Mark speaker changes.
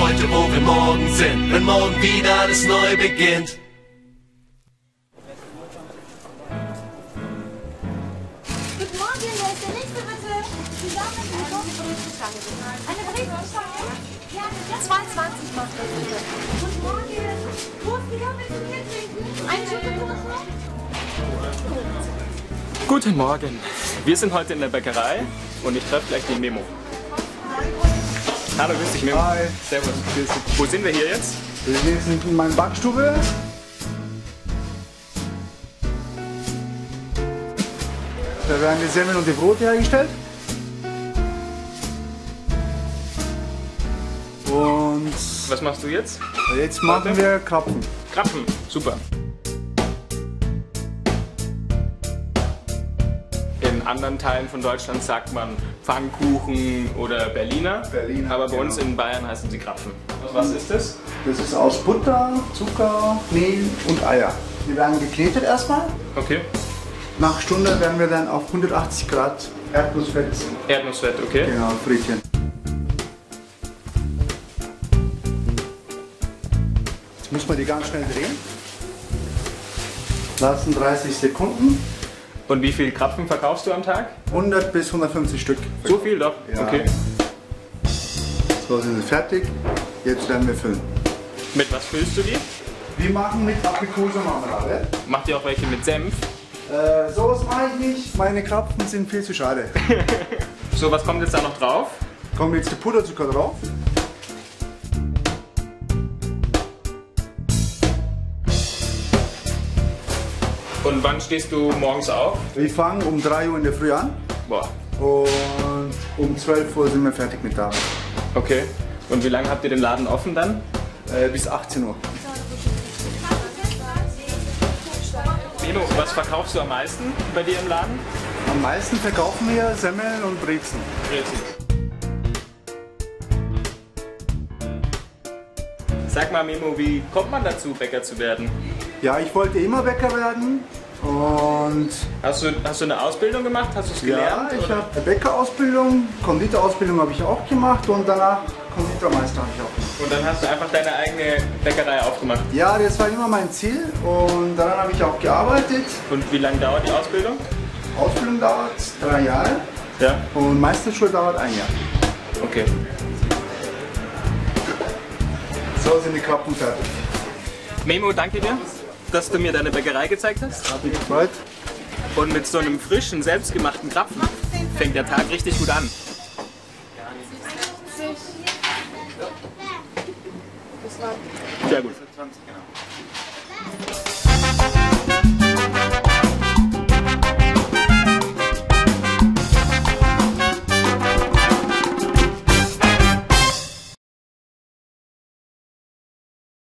Speaker 1: heute, wo wir morgen sind, wenn morgen wieder alles neu beginnt.
Speaker 2: Guten Morgen, wer ist der Nächste bitte? Zusammen mit Eine Briefstange. Eine Briefstange? Ja, das 22 macht das bitte. Guten Morgen. Wurstiger, willst du Bier trinken? Eine Schokokuchen noch?
Speaker 3: Guten Morgen. Wir sind heute in der Bäckerei und ich treffe gleich den Memo. Hallo, grüß dich Memo.
Speaker 4: Hi.
Speaker 3: Servus. Wo sind wir hier jetzt?
Speaker 4: Wir sind in meiner Backstube. Da werden die Semmeln und die Brote hergestellt. Und
Speaker 3: Was machst du jetzt?
Speaker 4: jetzt machen wir Krapfen.
Speaker 3: Krapfen. Super. In anderen Teilen von Deutschland sagt man Pfannkuchen oder Berliner.
Speaker 4: Berliner,
Speaker 3: Aber bei uns
Speaker 4: genau.
Speaker 3: in Bayern heißen sie Krapfen. Und was ist das?
Speaker 4: Das ist aus Butter, Zucker, Mehl und Eier. Die werden geknetet erstmal.
Speaker 3: Okay.
Speaker 4: Nach einer Stunde werden wir dann auf 180 Grad Erdnussfett
Speaker 3: Erdnussfett, okay.
Speaker 4: genau, frittieren. Jetzt muss man die ganz schnell drehen. Lassen 30 Sekunden.
Speaker 3: Und wie viel Krapfen verkaufst du am Tag?
Speaker 4: 100 bis 150 Stück.
Speaker 3: So viel doch.
Speaker 4: Ja.
Speaker 3: Okay.
Speaker 4: So sind sie fertig. Jetzt werden wir füllen.
Speaker 3: Mit was füllst du die?
Speaker 4: Wir machen mit Aprikosenmarmelade.
Speaker 3: Macht ihr auch welche mit Senf?
Speaker 4: Äh, Sowas mache ich nicht. Meine Krapfen sind viel zu schade.
Speaker 3: So, was kommt jetzt da noch drauf?
Speaker 4: Kommt jetzt der Puderzucker drauf.
Speaker 3: Und wann stehst du morgens auf?
Speaker 4: Wir fangen um 3 Uhr in der Früh an
Speaker 3: Boah,
Speaker 4: und um 12 Uhr sind wir fertig mit der Arbeit.
Speaker 3: okay. Und wie lange habt ihr den Laden offen dann?
Speaker 4: Äh, bis 18 Uhr.
Speaker 3: Memo, was verkaufst du am meisten bei dir im Laden?
Speaker 4: Am meisten verkaufen wir Semmeln und Brezen.
Speaker 3: Sag mal, Memo, wie kommt man dazu, Bäcker zu werden?
Speaker 4: Ja, ich wollte immer Bäcker werden und
Speaker 3: Hast du, hast du eine Ausbildung gemacht? Hast du es
Speaker 4: ja,
Speaker 3: gelernt?
Speaker 4: ich
Speaker 3: oder?
Speaker 4: habe eine Bäckerausbildung, Konditorausbildung habe ich auch gemacht und danach Konditormeister habe ich auch gemacht.
Speaker 3: Und dann hast du einfach deine eigene Bäckerei aufgemacht.
Speaker 4: Ja, das war immer mein Ziel und daran habe ich auch gearbeitet.
Speaker 3: Und wie lange dauert die Ausbildung?
Speaker 4: Ausbildung dauert drei Jahre
Speaker 3: Ja.
Speaker 4: und Meisterschule dauert ein Jahr.
Speaker 3: Okay.
Speaker 4: So sind die Krapfen fertig.
Speaker 3: Memo, danke dir, dass du mir deine Bäckerei gezeigt hast.
Speaker 4: Hat mich gefreut.
Speaker 3: Und mit so einem frischen, selbstgemachten Krapfen fängt der Tag richtig gut an. Sehr gut.